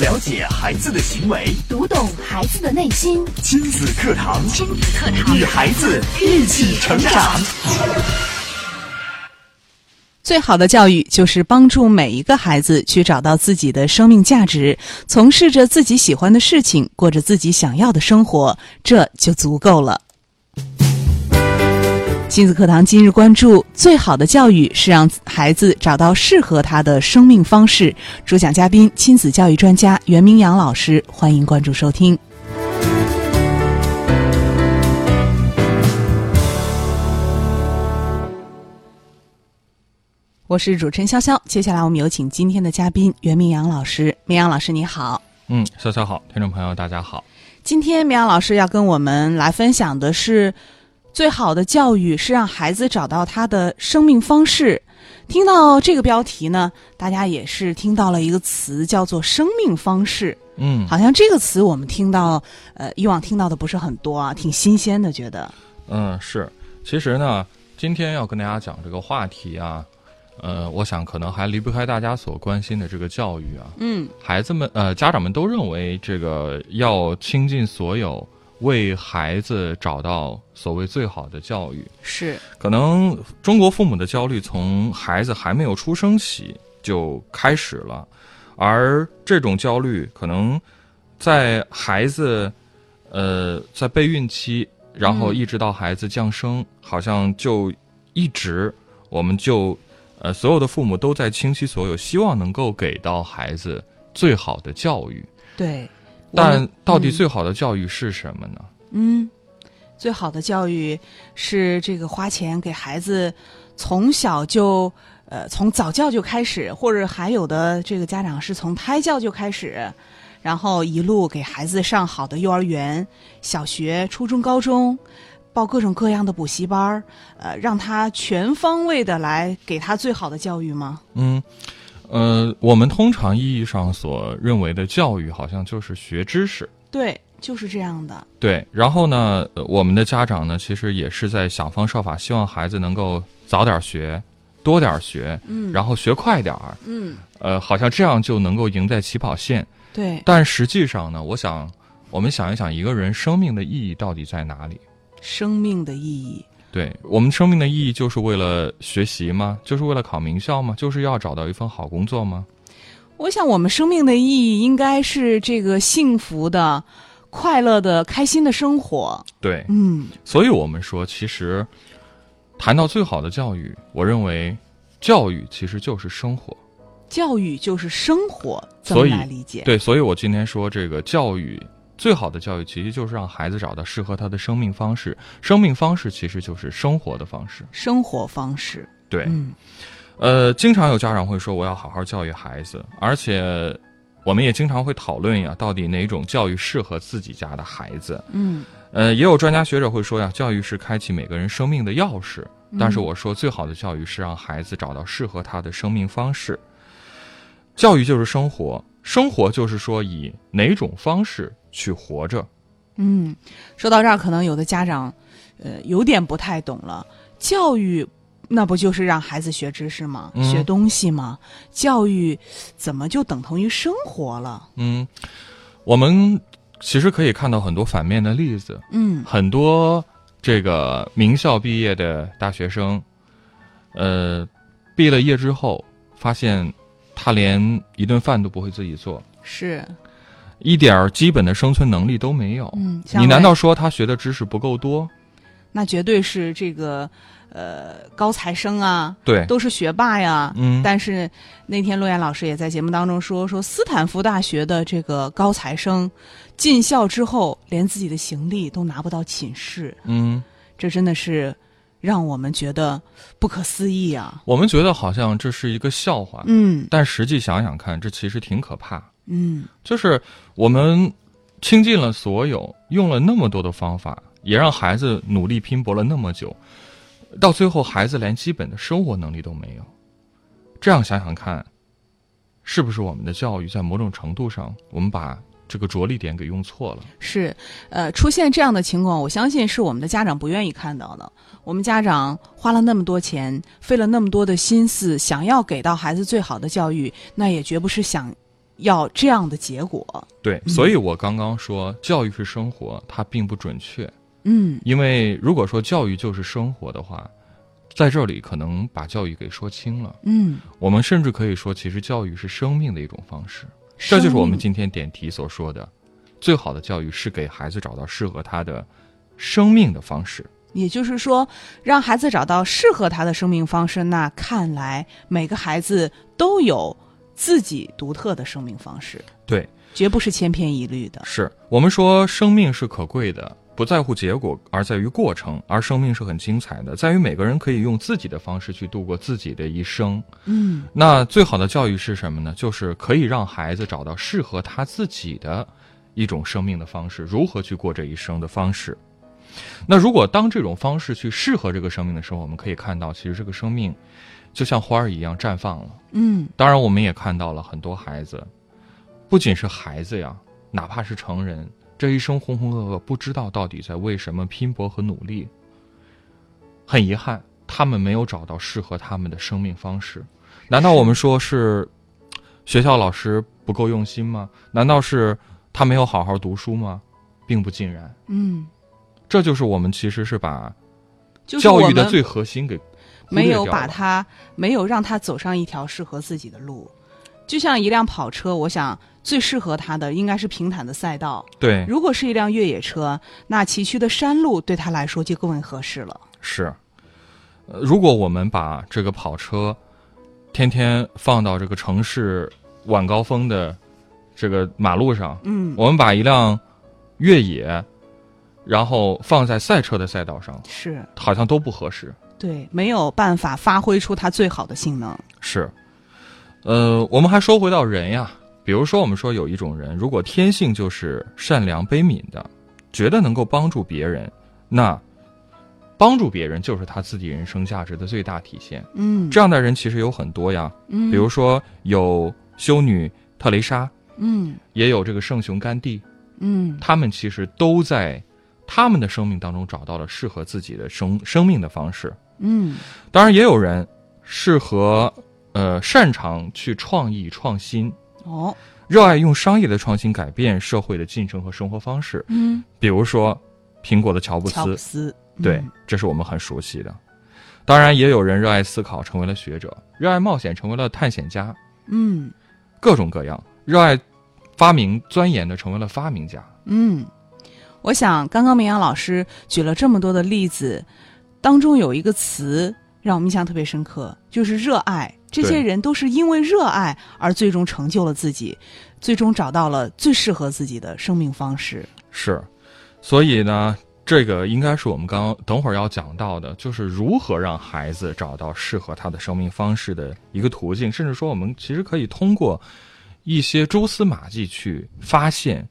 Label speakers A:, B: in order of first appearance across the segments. A: 了解孩子的行为，
B: 读懂孩子的内心，
A: 亲子课堂，
B: 亲子课堂
A: 与孩子一起成长。
C: 最好的教育就是帮助每一个孩子去找到自己的生命价值，从事着自己喜欢的事情，过着自己想要的生活，这就足够了。亲子课堂今日关注：最好的教育是让孩子找到适合他的生命方式。主讲嘉宾：亲子教育专家袁明阳老师，欢迎关注收听。我是主持人潇潇，接下来我们有请今天的嘉宾袁明阳老师。明阳老师，你好。
D: 嗯，潇潇好，听众朋友大家好。
C: 今天明阳老师要跟我们来分享的是，最好的教育是让孩子找到他的生命方式。听到这个标题呢，大家也是听到了一个词叫做“生命方式”。
D: 嗯，
C: 好像这个词我们听到，呃，以往听到的不是很多啊，挺新鲜的，觉得。
D: 嗯，是。其实呢，今天要跟大家讲这个话题啊，呃，我想可能还离不开大家所关心的这个教育啊。
C: 嗯
D: 孩子们，呃，家长们都认为这个要倾尽所有为孩子找到所谓最好的教育。
C: 嗯是，
D: 可能中国父母的焦虑从孩子还没有出生起就开始了，而这种焦虑可能在孩子，呃，在备孕期，然后
C: 嗯
D: 一直呃到孩子降生，好像就一直我们就，呃，所有的父母都在倾其所有，希望能够给到孩子最好的教育。
C: 对。我们
D: 但到底
C: 嗯
D: 最好的教育是什么呢？
C: 嗯，最好的教育是这个花钱给孩子从小就呃从早教就开始，或者还有的这个家长是从胎教就开始，然后一路给孩子上好的幼儿园、小学、初中、高中。报各种各样的补习班儿，呃，让他全方位的来给他最好的教育吗？
D: 嗯，呃，我们通常意义上所认为的教育，好像就是学知识。
C: 对，就是这样的。
D: 对，然后呢，呃我们的家长呢，其实也是在想方设法，希望孩子能够早点学，多点学，
C: 嗯
D: 然后学快点儿，
C: 嗯，
D: 呃，好像这样就能够赢在起跑线。
C: 对，
D: 但实际上呢，我想，我们想一想，一个人生命的意义到底在哪里？
C: 生命的意义。
D: 对我们生命的意义，就是为了学习吗？就是为了考名校吗？就是要找到一份好工作吗？
C: 我想，我们生命的意义应该是这个幸福的、快乐的、开心的生活。
D: 对，
C: 嗯
D: 所以我们说，其实谈到最好的教育，我认为教育其实就是生活。
C: 教育就是生活，怎么
D: 所以
C: 来理解？
D: 对，所以我今天说这个教育。最好的教育其实就是让孩子找到适合他的生命方式，生命方式其实就是生活的方式。
C: 生活方式。
D: 对，
C: 嗯，
D: 呃，经常有家长会说我要好好教育孩子，而且我们也经常会讨论呀，到底哪种教育适合自己家的孩子。
C: 嗯，
D: 呃，也有专家学者会说呀，教育是开启每个人生命的钥匙，但是我说，最好的教育是让孩子找到适合他的生命方式。教育就是生活，生活就是说以哪种方式去活着。
C: 嗯，说到这儿，可能有的家长，呃，有点不太懂了。教育，那不就是让孩子学知识吗？
D: 嗯
C: 学东西吗？教育怎么就等同于生活了？
D: 嗯，我们其实可以看到很多反面的例子，
C: 嗯，
D: 很多这个名校毕业的大学生，呃，毕了业之后发现他连一顿饭都不会自己做，
C: 是，
D: 一点儿基本的生存能力都没有。
C: 嗯，像
D: 你难
C: 我
D: 道说他学的知识不够多？
C: 那绝对是这个，呃，高材生啊，
D: 对，
C: 都是学霸呀。
D: 嗯，
C: 但是那天陆岩老师也在节目当中说，说斯坦福大学的这个高材生进校之后，连自己的行李都拿不到寝室，
D: 嗯，
C: 这真的是让我们觉得不可思议啊！
D: 我们觉得好像这是一个笑话，
C: 嗯
D: 但实际想想看，这其实挺可怕。
C: 嗯，
D: 就是我们倾尽了所有，用了那么多的方法，也让孩子努力拼搏了那么久，到最后孩子连基本的生活能力都没有。这样想想看，是不是我们的教育在某种程度上，我们把这个着力点给用错了？
C: 是，呃，出现这样的情况，我相信是我们的家长不愿意看到的。我们家长花了那么多钱，费了那么多的心思，想要给到孩子最好的教育，那也绝不是想要这样的结果。
D: 对，所以我刚刚说教育是生活，它并不准确，
C: 嗯
D: 因为如果说教育就是生活的话，在这里可能把教育给说清了。
C: 嗯，
D: 我们甚至可以说，其实教育是生命的一种方式。这就是我
C: 生
D: 们
C: 命
D: 今天点题所说的，最好的教育是给孩子找到适合他的生命的方式。
C: 也就是说，让孩子找到适合他的生命方式。那看来每个孩子都有自己独特的生命方式，
D: 对，
C: 绝不是千篇一律的。
D: 是我们说生命是可贵的，不在乎结果，而在于过程；而生命是很精彩的，在于每个人可以用自己的方式去度过自己的一生。
C: 嗯
D: 那最好的教育是什么呢？就是可以让孩子找到适合他自己的一种生命的方式，如何去过这一生的方式。那如果当这种方式去适合这个生命的时候，我们可以看到，其实这个生命就像花儿一样绽放了。
C: 嗯
D: 当然，我们也看到了很多孩子，不仅是孩子呀，哪怕是成人，这一生浑浑噩噩，不知道到底在为什么拼搏和努力。很遗憾，他们没有找到适合他们的生命方式。难道我们说是学校老师不够用心吗？难道是他没有好好读书吗？并不尽然，
C: 嗯，
D: 这就是我们其实是把
C: 就是
D: 教
C: 我
D: 育的
C: 们
D: 最核心给忽略
C: 没有
D: 掉
C: 把
D: 了
C: 他没有让他走上一条适合自己的路。就像一辆跑车，我想最适合他的应该是平坦的赛道。
D: 对
C: 如果是一辆越野车，那崎岖的山路对他来说就更为合适了。
D: 是，呃如果我们把这个跑车天天放到这个城市晚高峰的这个马路上，
C: 嗯，
D: 我们把一辆越野，然后放在赛车的赛道上，
C: 是
D: 好像都不合适。
C: 对，没有办法发挥出它最好的性能。
D: 是，呃，我们还说回到人呀，比如说我们说有一种人，如果天性就是善良悲悯的，觉得能够帮助别人，那帮助别人就是他自己人生价值的最大体现。
C: 嗯，
D: 这样的人其实有很多呀，
C: 嗯
D: 比如说有修女特蕾莎，
C: 嗯
D: 也有这个圣雄甘地，
C: 嗯
D: 他们其实都在他们的生命当中找到了适合自己的生生命的方式。
C: 嗯
D: 当然，也有人适合呃擅长去创意创新，
C: 哦
D: 热爱用商业的创新改变社会的进程和生活方式，
C: 嗯，
D: 比如说苹果的乔布斯，
C: 乔布斯嗯
D: 对，这是我们很熟悉的。当然，也有人热爱思考，成为了学者；热爱冒险，成为了探险家。
C: 嗯
D: 各种各样，热爱发明钻研的成为了发明家。
C: 嗯，我想刚刚明阳老师举了这么多的例子，当中有一个词让我们印象特别深刻，就是热爱。这些
D: 对
C: 人都是因为热爱而最终成就了自己，最终找到了最适合自己的生命方式。
D: 是，所以呢，这个应该是我们刚刚等会儿要讲到的，就是如何让孩子找到适合他的生命方式的一个途径，甚至说我们其实可以通过一些蛛丝马迹去发现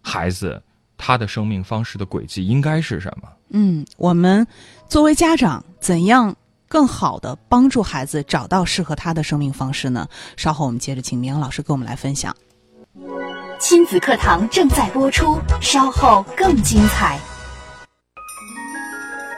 D: 孩子他的生命方式的轨迹应该是什么。
C: 嗯，我们作为家长，怎样更好的帮助孩子找到适合他的生命方式呢？稍后我们接着请明阳老师跟我们来分享。
B: 亲子课堂正在播出，稍后更精彩。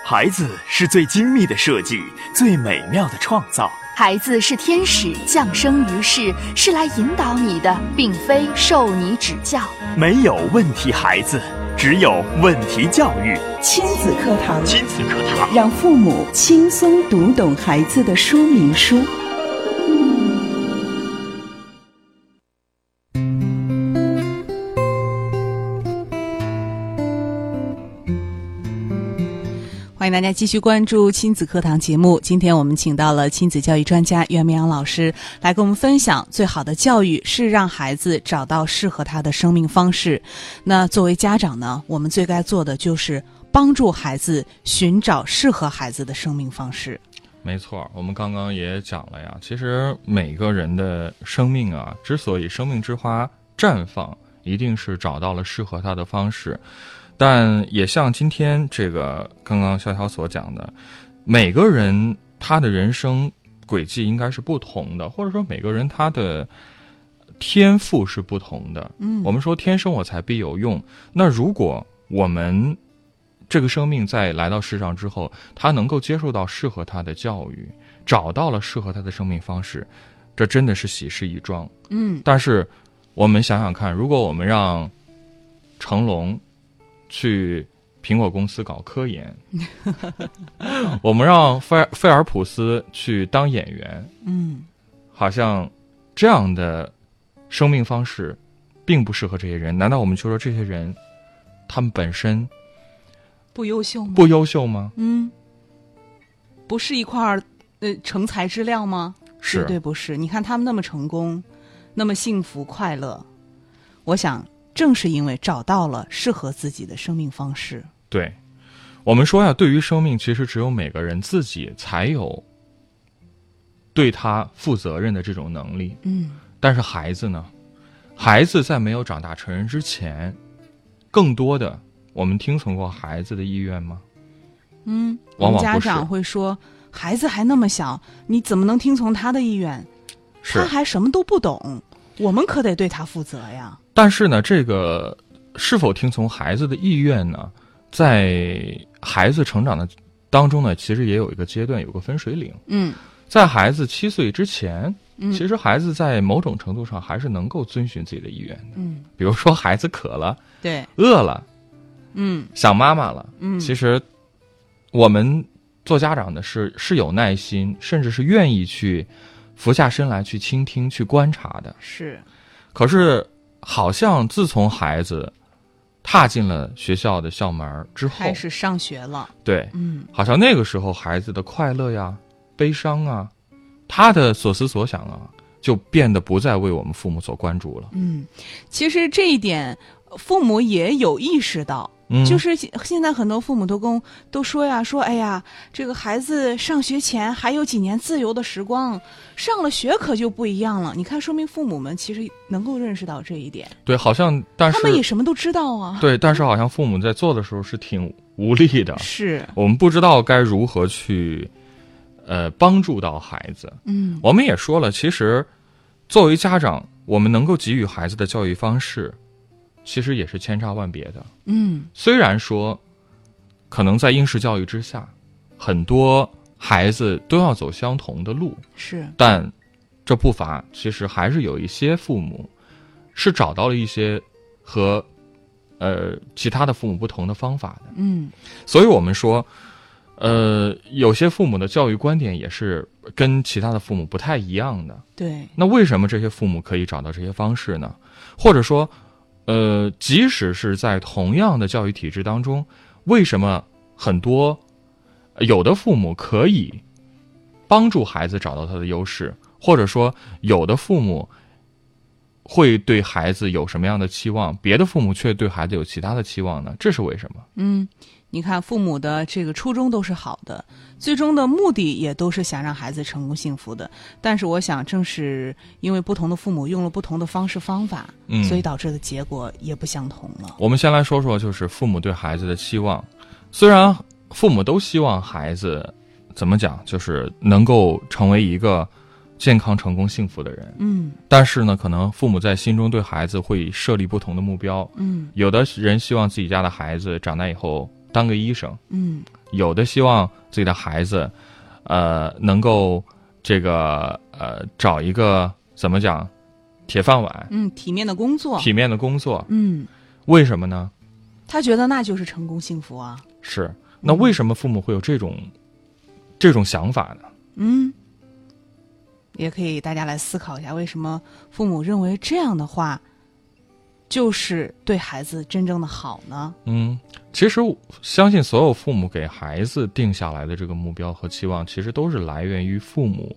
A: 孩子是最精密的设计，最美妙的创造。
B: 孩子是天使降生于世，是来引导你的，并非受你指教。
A: 没有问题孩子，只有问题教育。
E: 亲子课堂，
A: 亲子课堂，
E: 让父母轻松读懂孩子的说明书。
C: 欢迎大家继续关注亲子课堂节目。今天我们请到了亲子教育专家袁明阳老师来跟我们分享，最好的教育是让孩子找到适合他的生命方式。那作为家长呢，我们最该做的就是帮助孩子寻找适合孩子的生命方式。
D: 没错，我们刚刚也讲了呀。其实每个人的生命啊，之所以生命之花绽放，一定是找到了适合它的方式。但也像今天这个刚刚潇潇所讲的，每个人他的人生轨迹应该是不同的，或者说每个人他的天赋是不同的。
C: 嗯
D: 我们说天生我材必有用。那如果我们这个生命在来到世上之后，他能够接受到适合他的教育，找到了适合他的生命方式，这真的是喜事一桩。
C: 嗯
D: 但是，我们想想看，如果我们让成龙去苹果公司搞 科研，我们让菲尔菲尔普斯去当演员，
C: 嗯，
D: 好像这样的生命方式并不适合这些人。难道我们就说这些人他们本身
C: 不优秀吗？
D: 不优秀吗？
C: 嗯，不是一块儿呃成才之料吗？
D: 是
C: 绝对不是。你看他们那么成功，那么幸福快乐，我想正是因为找到了适合自己的生命方式。
D: 对，我们说呀，对于生命，其实只有每个人自己才有对他负责任的这种能力。
C: 嗯，
D: 但是孩子呢，孩子在没有长大成人之前，更多的我们听从过孩子的意愿吗？
C: 嗯，
D: 往
C: 我们
D: 往
C: 家
D: 不是
C: 长会说，孩子还那么小，你怎么能听从他的意愿？他还什么都不懂，我们可得对他负责呀。
D: 但是呢，这个是否听从孩子的意愿呢，在孩子成长的当中呢，其实也有一个阶段，有个分水岭。
C: 嗯
D: 在孩子七岁之前，
C: 嗯
D: 其实孩子在某种程度上还是能够遵循自己的意愿的。
C: 嗯，
D: 比如说，孩子渴了、
C: 对，
D: 饿了、
C: 嗯
D: 想妈妈了，
C: 嗯，
D: 其实我们做家长的是是有耐心，甚至是愿意去俯下身来去倾听、去观察的。
C: 是，
D: 可是，好像自从孩子踏进了学校的校门儿之后
C: 开，始上学了。
D: 对，
C: 嗯
D: 好像那个时候孩子的快乐呀、悲伤啊，他的所思所想啊，就变得不再为我们父母所关注了。
C: 嗯，其实这一点，父母也有意识到。
D: 嗯，
C: 就是现现在很多父母都跟我都说呀，说哎呀，这个孩子上学前还有几年自由的时光，上了学可就不一样了。你看，说明父母们其实能够认识到这一点，
D: 对，好像但
C: 他们也
D: 是
C: 什么都知道啊。
D: 对，啊但是好像父母在做的时候是挺无力的，
C: 是，
D: 我们不知道该如何去，呃，帮助到孩子。
C: 嗯
D: 我们也说了，其实作为家长，我们能够给予孩子的教育方式，其实也是千差万别的。
C: 嗯
D: 虽然说，可能在应试教育之下，很多孩子都要走相同的路，
C: 是，
D: 但这不乏其实还是有一些父母是找到了一些和呃其他的父母不同的方法的。
C: 嗯
D: 所以我们说，呃，有些父母的教育观点也是跟其他的父母不太一样的。
C: 对，
D: 那为什么这些父母可以找到这些方式呢？或者说，呃，即使是在同样的教育体制当中，为什么很多呃有的父母可以帮助孩子找到他的优势，或者说有的父母会对孩子有什么样的期望，别的父母却对孩子有其他的期望呢？这是为什么？
C: 嗯，你看父母的这个初衷都是好的，最终的目的也都是想让孩子成功幸福的。但是我想，正是因为不同的父母用了不同的方式方法，
D: 嗯
C: 所以导致的结果也不相同了。
D: 我们先来说说，就是父母对孩子的期望。虽然父母都希望孩子怎么讲，就是能够成为一个健康、成功、幸福的人，
C: 嗯
D: 但是呢，可能父母在心中对孩子会设立不同的目标。
C: 嗯
D: 有的人希望自己家的孩子长大以后当个医生，
C: 嗯
D: 有的希望自己的孩子，呃，能够这个呃找一个怎么讲，铁饭碗、
C: 嗯，体面的工作，
D: 体面的工作。
C: 嗯，
D: 为什么呢？
C: 他觉得那就是成功幸福啊。
D: 是，那为什么父母会有这种这种想法呢？
C: 嗯，也可以大家来思考一下，为什么父母认为这样的话就是对孩子真正的好呢？
D: 嗯，其实我相信所有父母给孩子定下来的这个目标和期望，其实都是来源于父母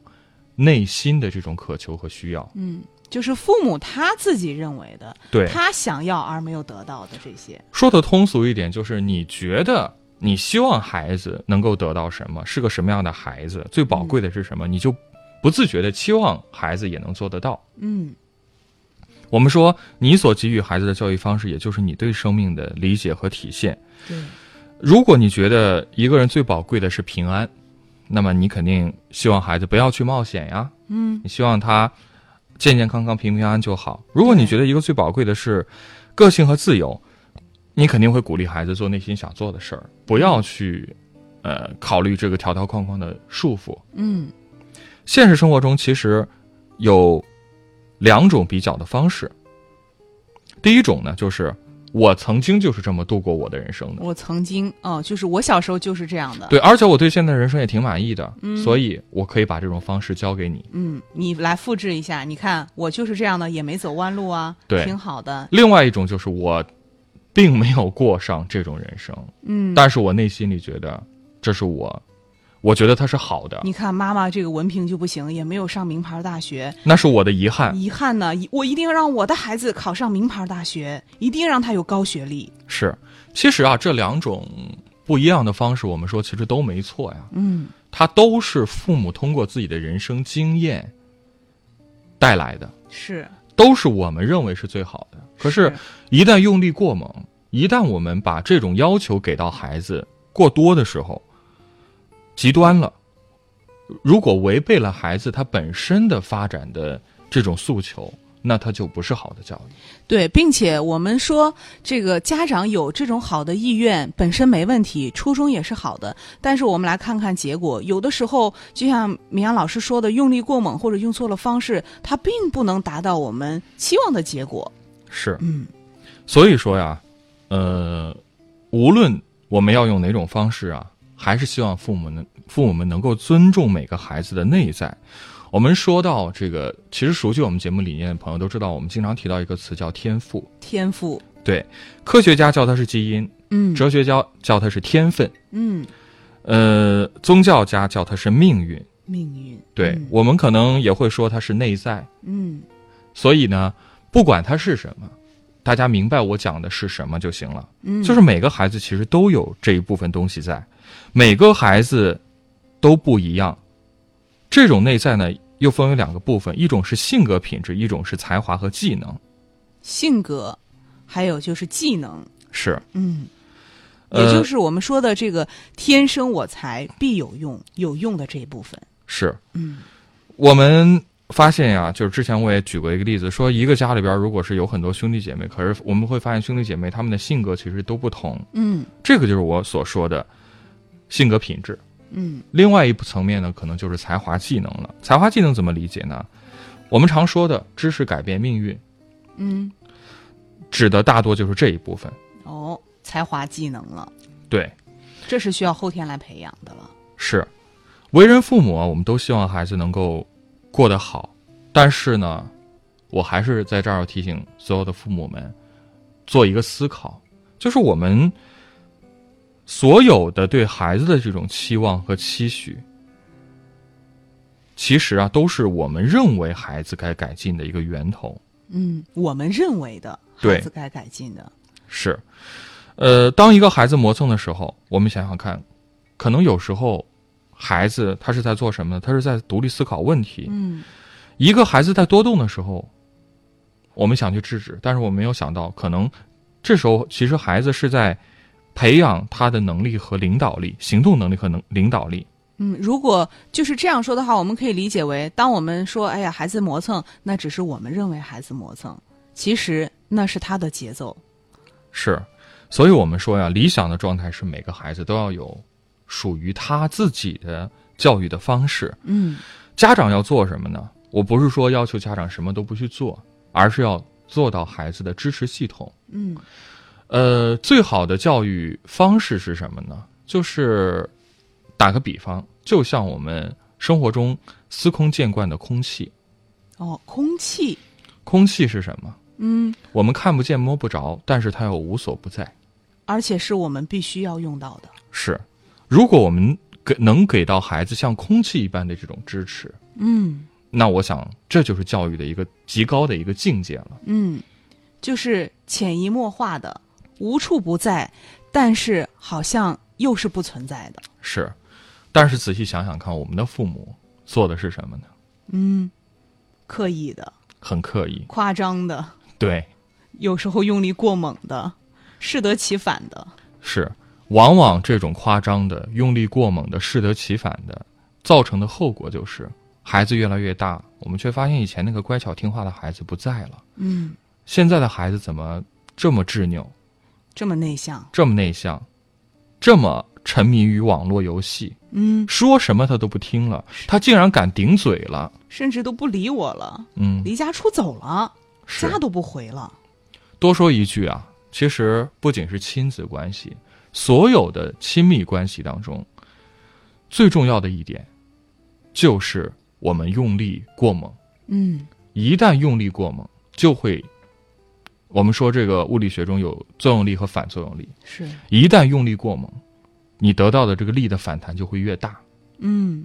D: 内心的这种渴求和需要。
C: 嗯，就是父母他自己认为的，
D: 对，
C: 他想要而没有得到的这些。
D: 说的通俗一点，就是你觉得你希望孩子能够得到什么，是个什么样的孩子，最宝
C: 嗯
D: 贵的是什么，你就不自觉的期望孩子也能做得到。
C: 嗯
D: 我们说，你所给予孩子的教育方式，也就是你对生命的理解和体现。
C: 对，
D: 如果你觉得一个人最宝贵的是平安，那么你肯定希望孩子不要去冒险呀，
C: 嗯
D: 你希望他健健康康、平平安安就好。如果你
C: 对
D: 觉得一个最宝贵的是个性和自由，你肯定会鼓励孩子做内心想做的事儿，不要去呃考虑这个条条框框的束缚。
C: 嗯
D: 现实生活中其实有两种比较的方式，第一种呢，就是我曾经就是这么度过我的人生的，
C: 我曾经哦，就是我小时候就是这样的。，
D: 对，而且我对现在的人生也挺满意的，所以我可以把这种方式交给你。
C: 嗯，你来复制一下，你看我就是这样的，也没走弯路啊，
D: 对
C: 挺好的。
D: 另外一种就是我并没有过上这种人生，
C: 嗯，
D: 但是我内心里觉得这是我，我觉得它是好的，
C: 你看妈妈这个文凭就不行，也没有上名牌大学，
D: 那是我的遗憾。
C: 遗憾呢，一我一定要让我的孩子考上名牌大学，一定让他有高学历。
D: 是，其实啊，这两种不一样的方式，我们说其实都没错呀，
C: 嗯
D: 它都是父母通过自己的人生经验带来的，，
C: 是，
D: 都是我们认为是最好的。可是，一旦用力过猛，一旦我们把这种要求给到孩子过多的时候，极端了。如果违背了孩子他本身的发展的这种诉求，那他就不是好的教育。
C: 对，并且我们说，这个家长有这种好的意愿本身没问题，初衷也是好的。但是我们来看看结果，有的时候就像明阳老师说的，用力过猛或者用错了方式，它并不能达到我们期望的结果。
D: 是，
C: 嗯，
D: 所以说呀，呃，无论我们要用哪种方式啊，还是希望父母能父母们能够尊重每个孩子的内在。我们说到这个，其实熟悉我们节目理念的朋友都知道，我们经常提到一个词叫天赋。
C: 天赋，
D: 对，科学家叫它是基因，
C: 嗯
D: 哲学家叫它是天分，
C: 嗯，
D: 呃，宗教家叫它是命运。
C: 命运，
D: 对、
C: 嗯
D: 我们可能也会说它是内在。
C: 嗯，
D: 所以呢，不管它是什么，大家明白我讲的是什么就行了。
C: 嗯
D: 就是每个孩子其实都有这一部分东西在，每个孩子都不一样。这种内在呢，又分为两个部分，一种是性格品质，一种是才华和技能。
C: 性格，还有就是技能，
D: 是，
C: 嗯。
D: 呃
C: 也就是我们说的这个“天生我材必有用”，有用的这一部分。
D: 是，
C: 嗯，
D: 我们发现呀、就是之前我也举过一个例子，说一个家里边如果是有很多兄弟姐妹，可是我们会发现兄弟姐妹他们的性格其实都不同，
C: 嗯
D: 这个就是我所说的性格品质。
C: 嗯
D: 另外一层面呢，可能就是才华技能了。才华技能怎么理解呢？我们常说的知识改变命运，
C: 嗯，
D: 指的大多就是这一部分。
C: 哦，才华技能了，
D: 对，
C: 这是需要后天来培养的了。
D: 是，为人父母啊，我们都希望孩子能够过得好，但是呢，我还是在这儿要提醒所有的父母们，做一个思考，就是我们所有的对孩子的这种期望和期许，其实啊，都是我们认为孩子该改进的一个源头。
C: 嗯，我们认为的
D: 对
C: 孩子该改进的，
D: 是，呃，当一个孩子磨蹭的时候，我们想想看，可能有时候孩子他是在做什么呢？他是在独立思考问题。
C: 嗯
D: 一个孩子在多动的时候，我们想去制止，但是我没有想到，可能这时候其实孩子是在培养他的能力和领导力、行动能力和能领导力。
C: 嗯。如果就是这样说的话，我们可以理解为，当我们说“哎呀，孩子磨蹭”，那只是我们认为孩子磨蹭，其实那是他的节奏。
D: 是，所以我们说呀，理想的状态是每个孩子都要有属于他自己的教育的方式。
C: 嗯
D: 家长要做什么呢？我不是说要求家长什么都不去做，而是要做到孩子的支持系统。
C: 嗯
D: 呃，最好的教育方式是什么呢？就是打个比方，就像我们生活中司空见惯的空气，
C: 哦，空气，
D: 空气是什么？
C: 嗯，
D: 我们看不见摸不着，但是它又无所不在。
C: 而且是我们必须要用到的。
D: 是，如果我们给能给到孩子像空气一般的这种支持，
C: 嗯。
D: 那我想这就是教育的一个极高的一个境界了。
C: 嗯，就是潜移默化的，无处不在，但是好像又是不存在的。
D: 是，但是仔细想想看，我们的父母做的是什么呢？
C: 嗯，刻意的、
D: 很刻意，
C: 夸张的，
D: 对，
C: 有时候用力过猛的，适得其反的。
D: 是，往往这种夸张的、用力过猛的、适得其反的，造成的后果就是孩子越来越大，我们却发现以前那个乖巧听话的孩子不在了，
C: 嗯，
D: 现在的孩子怎么这么执拗，
C: 这么内向。
D: 这么内向，这么沉迷于网络游戏，
C: 嗯，
D: 说什么他都不听了，他竟然敢顶嘴了，
C: 甚至都不理我了，
D: 嗯，
C: 离家出走了，
D: 是
C: 家都不回了。
D: 多说一句啊，其实不仅是亲子关系，所有的亲密关系当中，最重要的一点，就是我们用力过猛。
C: 嗯
D: 一旦用力过猛，就会，我们说这个物理学中有作用力和反作用力。
C: 是
D: 一旦用力过猛，你得到的这个力的反弹就会越大。
C: 嗯，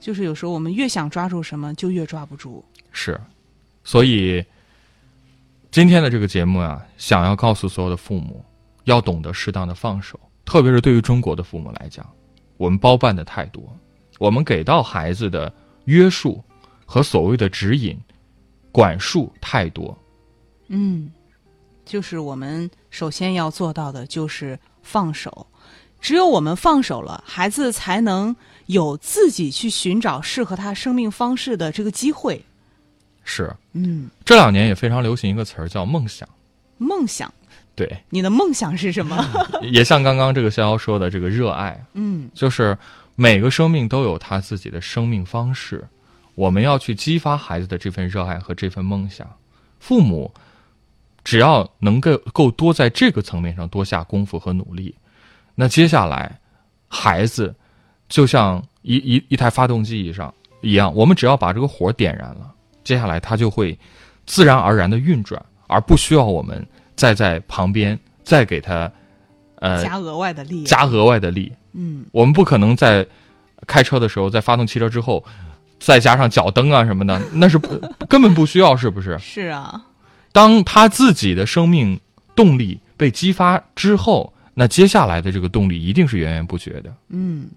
C: 就是有时候我们越想抓住什么，就越抓不住。
D: 是，所以今天的这个节目啊，想要告诉所有的父母，要懂得适当的放手，特别是对于中国的父母来讲，我们包办的太多，我们给到孩子的约束和所谓的指引、管束太多。
C: 嗯，就是我们首先要做到的就是放手，只有我们放手了，孩子才能有自己去寻找适合他生命方式的这个机会。
D: 是，
C: 嗯，
D: 这两年也非常流行一个词儿叫梦想。
C: 梦想，
D: 对，
C: 你的梦想是 什么？
D: 也像刚刚这个逍遥说的，这个热爱，啊
C: 嗯
D: 就是每个生命都有他自己的生命方式，我们要去激发孩子的这份热爱和这份梦想。父母只要能够够多在这个层面上多下功夫和努力，那接下来孩子就像一一一台发动机一上一样，我们只要把这个火点燃了，接下来它就会自然而然的运转，而不需要我们再在旁边再给他呃
C: 加额外的力，
D: 加额外的力。
C: 嗯，
D: 我们不可能在开车的时候，在发动汽车之后，再加上脚蹬啊什么的，那是不根本不需要，是不是？
C: 是啊，
D: 当他自己的生命动力被激发之后，那接下来的这个动力一定是源源不绝的。
C: 嗯，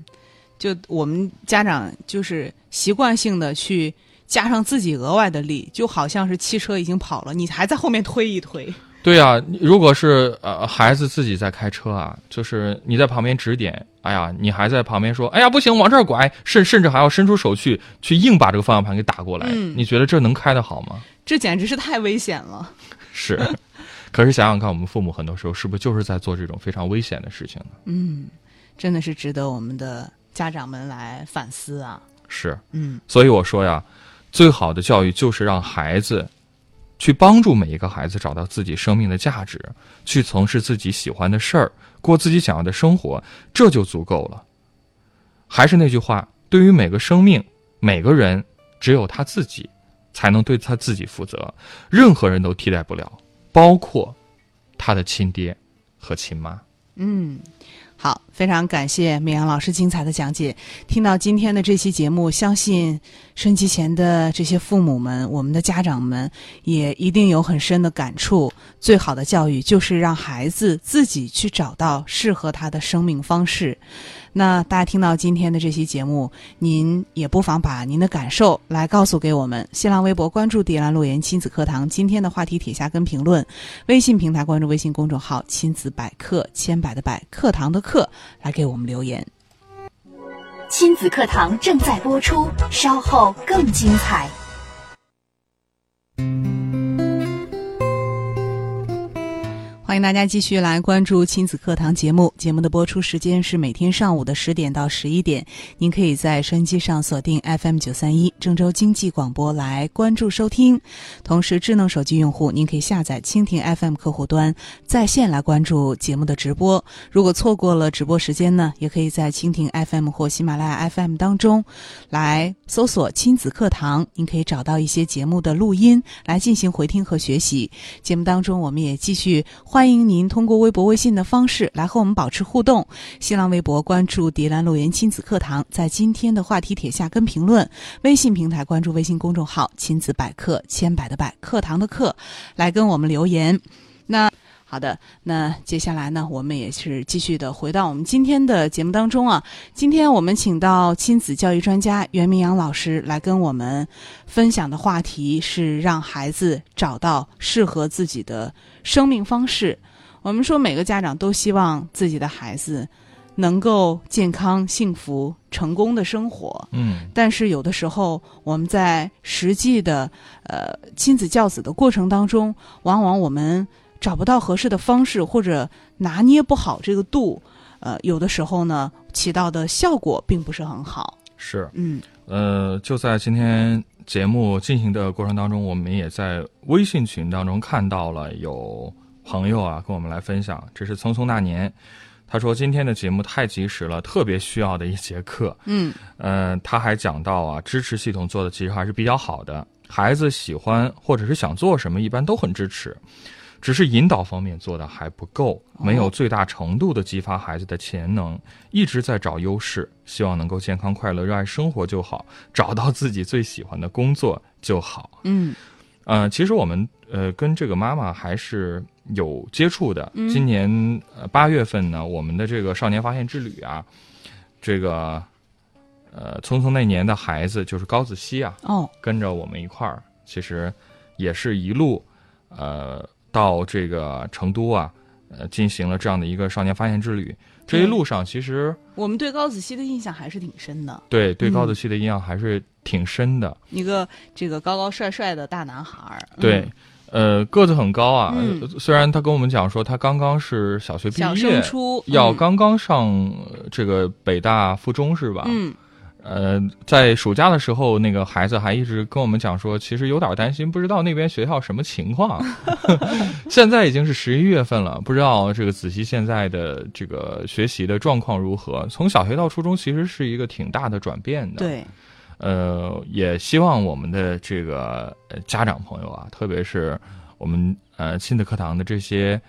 C: 就我们家长就是习惯性的去加上自己额外的力，就好像是汽车已经跑了，你还在后面推一推。
D: 对啊，你如果是呃孩子自己在开车啊，就是你在旁边指点，哎呀，你还在旁边说，哎呀不行，往这儿拐，甚甚至还要伸出手去去硬把这个方向盘给打过来，
C: 嗯
D: 你觉得这能开得好吗？
C: 这简直是太危险了。
D: 是，可是想想看，我们父母很多时候是不是就是在做这种非常危险的事情呢？
C: 嗯，真的是值得我们的家长们来反思啊。
D: 是，
C: 嗯
D: 所以我说呀，最好的教育就是让孩子去帮助每一个孩子找到自己生命的价值，去从事自己喜欢的事儿，过自己想要的生活，这就足够了。还是那句话，对于每个生命，每个人只有他自己才能对他自己负责，任何人都替代不了，包括他的亲爹和亲妈。
C: 嗯，好，非常感谢明阳老师精彩的讲解。听到今天的这期节目，相信收音机前的这些父母们，我们的家长们也一定有很深的感触。最好的教育就是让孩子自己去找到适合他的生命方式。那大家听到今天的这期节目，您也不妨把您的感受来告诉给我们。新浪微博关注“迪兰路言亲子课堂”，今天的话题帖下跟评论。微信平台关注微信公众号“亲子百科”，千百的百，课堂的课，来给我们留言。
B: 亲子课堂正在播出，稍后更精彩。
C: 欢迎大家继续来关注亲子课堂节目。节目的播出时间是每天上午的十点到十一点。您可以在收音机上锁定 FM 九三一郑州经济广播来关注收听。同时，智能手机用户您可以下载蜻蜓 FM 客户端在线来关注节目的直播。如果错过了直播时间呢，也可以在蜻蜓 FM 或喜马拉雅 FM 当中来搜索“亲子课堂”，您可以找到一些节目的录音来进行回听和学习。节目当中，我们也继续欢迎您通过微博、微信的方式来和我们保持互动。新浪微博关注“迪兰路言亲子课堂”，在今天的话题帖下跟评论；微信平台关注微信公众号“亲子百科”，千百的百，课堂的课，来跟我们留言。那好的，那接下来呢，我们也是继续的回到我们今天的节目当中啊。今天我们请到亲子教育专家袁明阳老师来跟我们分享的话题是让孩子找到适合自己的生命方式。我们说，每个家长都希望自己的孩子能够健康、幸福、成功的生活。
D: 嗯，
C: 但是有的时候，我们在实际的呃亲子教子的过程当中，往往我们找不到合适的方式，或者拿捏不好这个度，呃，有的时候呢，起到的效果并不是很好。
D: 是。
C: 嗯
D: 呃，就在今天节目进行的过程当中，我们也在微信群当中看到了有朋友啊，跟我们来分享，这是《匆匆那年》，他说今天的节目太及时了，特别需要的一节课。
C: 嗯
D: 嗯，他还讲到啊，支持系统做的其实还是比较好的，孩子喜欢或者是想做什么，一般都很支持，只是引导方面做的还不够，没有最大程度的激发孩子的潜能，一直在找优势，希望能够健康快乐、热爱生活就好，找到自己最喜欢的工作就好。
C: 嗯
D: 呃，其实我们呃跟这个妈妈还是有接触的。今年呃八月份呢，我们的这个少年发现之旅啊，这个呃匆匆那年的孩子就是高子希啊，
C: 哦
D: 跟着我们一块儿，其实也是一路呃到这个成都啊，呃进行了这样的一个少年发现之旅。这一路上其实
C: 我们对高子希的印象还是挺深的，
D: 对对高
C: 嗯
D: 子希的印象还是挺深的。
C: 一个这个高高帅帅的大男孩儿。嗯
D: 对，，呃，个子很高啊。
C: 嗯
D: 呃虽然他跟我们讲说他刚刚是小学毕
C: 小
D: 业
C: 升，初
D: 要
C: 嗯
D: 刚刚上呃这个北大附中是吧？。
C: 嗯
D: 呃，在暑假的时候，那个孩子还一直跟我们讲说，其实有点担心，不知道那边学校什么情况。 现在已经是十一月份了，不知道这个子熙现在的这个学习的状况如何。从小学到初中，其实是一个挺大的转变的。。
C: 对，
D: 呃，也希望我们的这个呃家长朋友啊，特别是我们呃亲子课堂的这些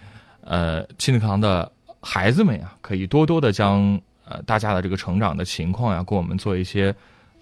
D: 呃亲子课堂的孩子们呀、可以多多的将呃大家的这个成长的情况呀、跟我们做一些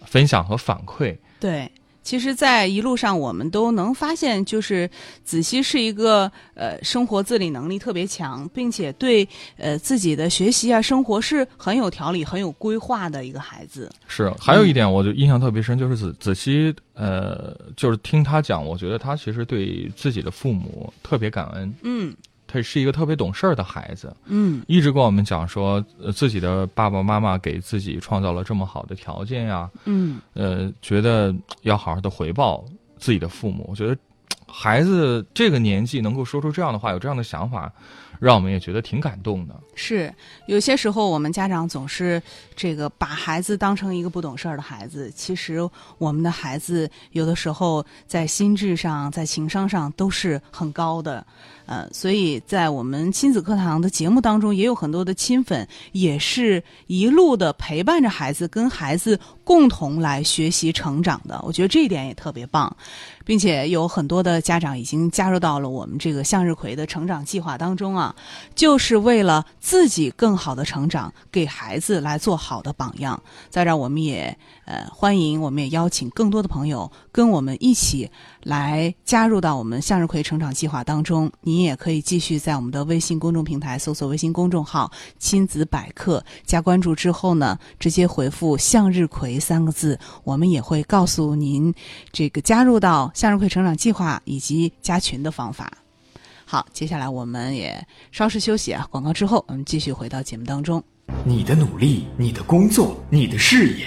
D: 分享和反馈。
C: 对，其实，在一路上我们都能发现，就是子熙是一个呃生活自理能力特别强，并且对呃自己的学习啊、生活是很有条理、很有规划的一个孩子。
D: 是，还有一点我就印象特别深，就是子子熙，呃，就是听他讲，我觉得他其实对自己的父母特别感恩，
C: 嗯
D: 他是一个特别懂事儿的孩子。
C: 嗯，
D: 一直跟我们讲说，呃，自己的爸爸妈妈给自己创造了这么好的条件呀，
C: 嗯，
D: 呃，觉得嘖要好好的回报自己的父母。我觉得嘖孩子这个年纪能够说出这样的话，有这样的想法，让我们也觉得挺感动的。
C: 是有些时候我们家长总是这个把孩子当成一个不懂事儿的孩子，其实我们的孩子有的时候在心智上、在情商上都是很高的，呃，所以在我们亲子课堂的节目当中，也有很多的亲粉也是一路的陪伴着孩子，跟孩子共同来学习成长的。我觉得这一点也特别棒，并且有很多的家长已经加入到了我们这个向日葵的成长计划当中啊。就是为了自己更好的成长，给孩子来做好的榜样。在这儿，我们也呃欢迎，我们也邀请更多的朋友跟我们一起来加入到我们向日葵成长计划当中。你也可以继续在我们的微信公众平台搜索微信公众号“亲子百科”，加关注之后呢，直接回复“向日葵”三个字，我们也会告诉您这个加入到向日葵成长计划以及加群的方法。好，接下来我们也稍事休息啊，广告之后我们继续回到节目当中。
A: 你的努力，你的工作，你的事业，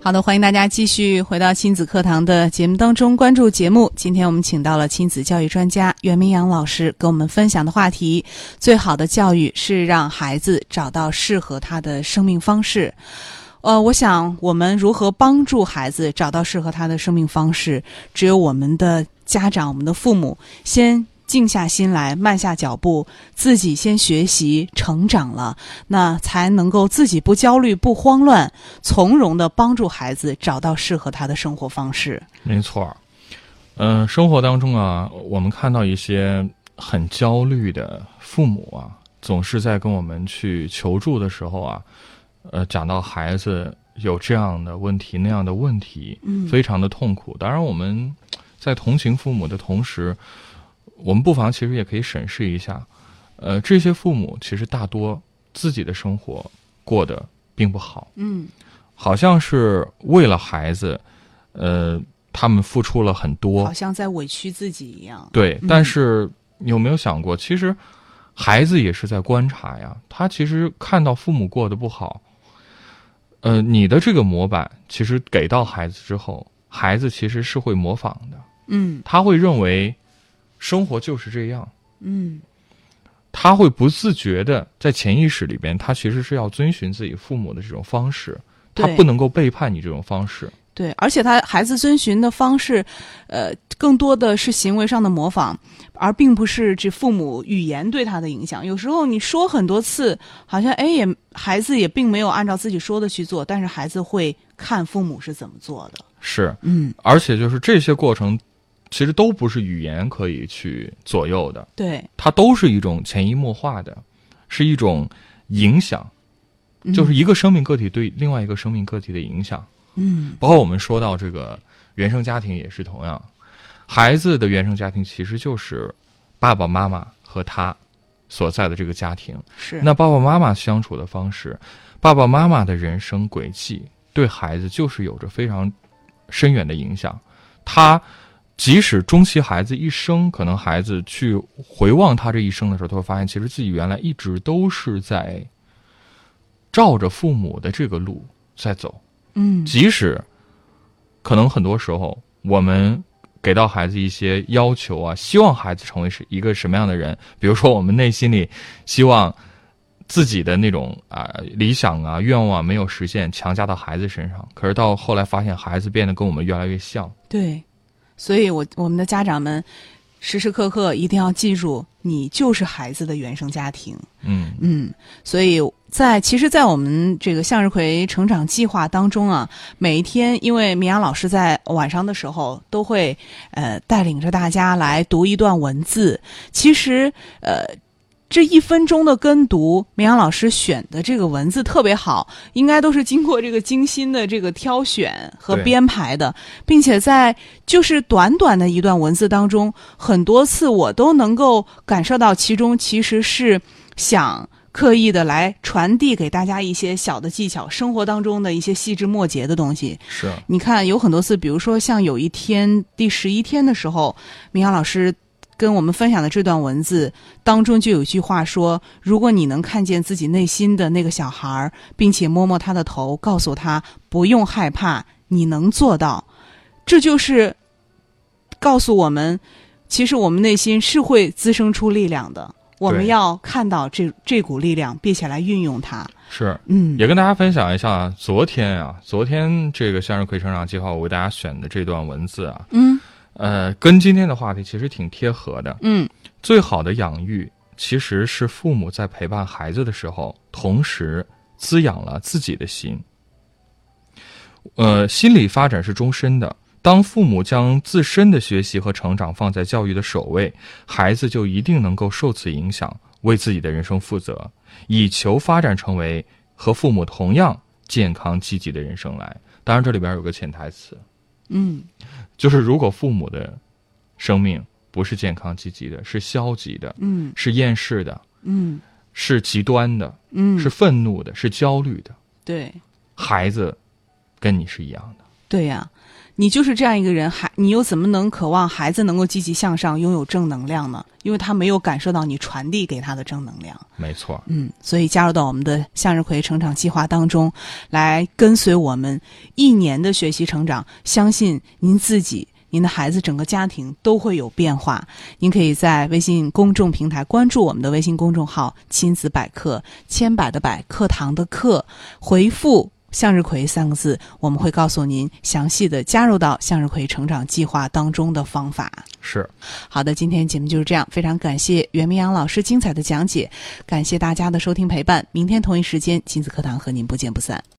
C: 好的，欢迎大家继续回到亲子课堂的节目当中，关注节目。今天我们请到了亲子教育专家袁明阳老师，跟我们分享的话题：最好的教育是让孩子找到适合他的生命方式。呃，我想我们如何帮助孩子找到适合他的生命方式，只有我们的家长、我们的父母先静下心来，慢下脚步，自己先学习成长了，那才能够自己不焦虑、不慌乱，从容的帮助孩子找到适合他的生活方式。
D: 没错儿，呃，生活当中啊，我们看到一些很焦虑的父母啊，总是在跟我们去求助的时候啊，呃，讲到孩子有这样的问题那样的问题，
C: 嗯
D: 非常的痛苦。当然，我们在同情父母的同时，我们不妨其实也可以审视一下，呃，这些父母其实大多自己的生活过得并不好。
C: 嗯
D: 好像是为了孩子，呃，他们付出了很多
C: 好，像在委屈自己一样。
D: 对
C: 嗯，
D: 但是有没有想过，其实孩子也是在观察呀，他其实看到父母过得不好，呃，你的这个模板其实给到孩子之后，孩子其实是会模仿的，
C: 嗯
D: 他会认为生活就是这样，
C: 嗯
D: 他会不自觉的在潜意识里边，他其实是要遵循自己父母的这种方式，他
C: 对
D: 不能够背叛你这种方式。
C: 对，而且他孩子遵循的方式，呃，更多的是行为上的模仿，而并不是指父母语言对他的影响。有时候你说很多次，好像哎也孩子也并没有按照自己说的去做，但是孩子会看父母是怎么做的。
D: 是，
C: 嗯，
D: 而且就是这些过程，其实都不是语言可以去左右的，
C: 对，
D: 它都是一种潜移默化的，是一种影响，
C: 嗯
D: 就是一个生命个体对另外一个生命个体的影响。
C: 嗯
D: 包括我们说到这个原生家庭也是同样，孩子的原生家庭其实就是爸爸妈妈和他所在的这个家庭。
C: 是
D: 那爸爸妈妈相处的方式，爸爸妈妈的人生轨迹，对孩子就是有着非常深远的影响。他即使终其孩子一生，可能孩子去回望他这一生的时候，他会发现，其实自己原来一直都是在照着父母的这个路在走。
C: 嗯
D: 即使可能很多时候我们给到孩子一些要求啊，希望孩子成为是一个什么样的人，比如说我们内心里希望自己的那种啊、理想啊愿望没有实现，强加到孩子身上，可是到后来发现孩子变得跟我们越来越像。
C: 对，所以我我们的家长们时时刻刻一定要记住，你就是孩子的原生家庭。
D: 嗯，
C: 嗯，所以在其实，在我们这个向日葵成长计划当中啊，每一天，因为明阳老师在晚上的时候都会呃带领着大家来读一段文字。其实呃，这一分钟的跟读，明阳老师选的这个文字特别好，应该都是经过这个精心的这个挑选和
D: 对
C: 编排的，并且在就是短短的一段文字当中，很多次我都能够感受到其中其实是想刻意的来传递给大家一些小的技巧，生活当中的一些细枝末节的东西。
D: 是
C: 你看，有很多次，比如说像有一天第十一天的时候，明阳老师跟我们分享的这段文字当中就有一句话说：“如果你能看见自己内心的那个小孩儿，并且摸摸他的头，告诉他不用害怕，你能做到。”这就是告诉我们，其实我们内心是会滋生出力量的。我们
D: 对
C: 要看到这这股力量，并且来运用它。
D: 是，
C: 嗯，
D: 也跟大家分享一下昨天啊，昨天这个向日葵成长计划我为大家选的这段文字啊，
C: 嗯
D: 呃，跟今天的话题其实挺贴合的。
C: 嗯，
D: 最好的养育其实是父母在陪伴孩子的时候，同时滋养了自己的心。呃，心理发展是终身的。当父母将自身的学习和成长放在教育的首位，孩子就一定能够受此影响，为自己的人生负责，以求发展成为和父母同样健康积极的人生来。当然，这里边有个潜台词，
C: 嗯，
D: 就是如果父母的生命不是健康积极的，是消极的，
C: 嗯
D: 是厌世的，
C: 嗯
D: 是极端的，
C: 嗯，
D: 是愤怒的，是焦虑的，
C: 对。
D: 孩子跟你是一样的。
C: 对呀、你就是这样一个人，还你又怎么能渴望孩子能够积极向上、拥有正能量呢？因为他没有感受到你传递给他的正能量。
D: 没错，
C: 嗯，所以加入到我们的向日葵成长计划当中，来跟随我们一年的学习成长，相信您自己。您的孩子、整个家庭都会有变化。您可以在微信公众平台关注我们的微信公众号“亲子百科”，千百的百，课堂的课，回复“向日葵”三个字，我们会告诉您详细的加入到向日葵成长计划当中的方法。
D: 是
C: 好的，今天节目就是这样，非常感谢袁明阳老师精彩的讲解，感谢大家的收听陪伴，明天同一时间亲子课堂和您不见不散。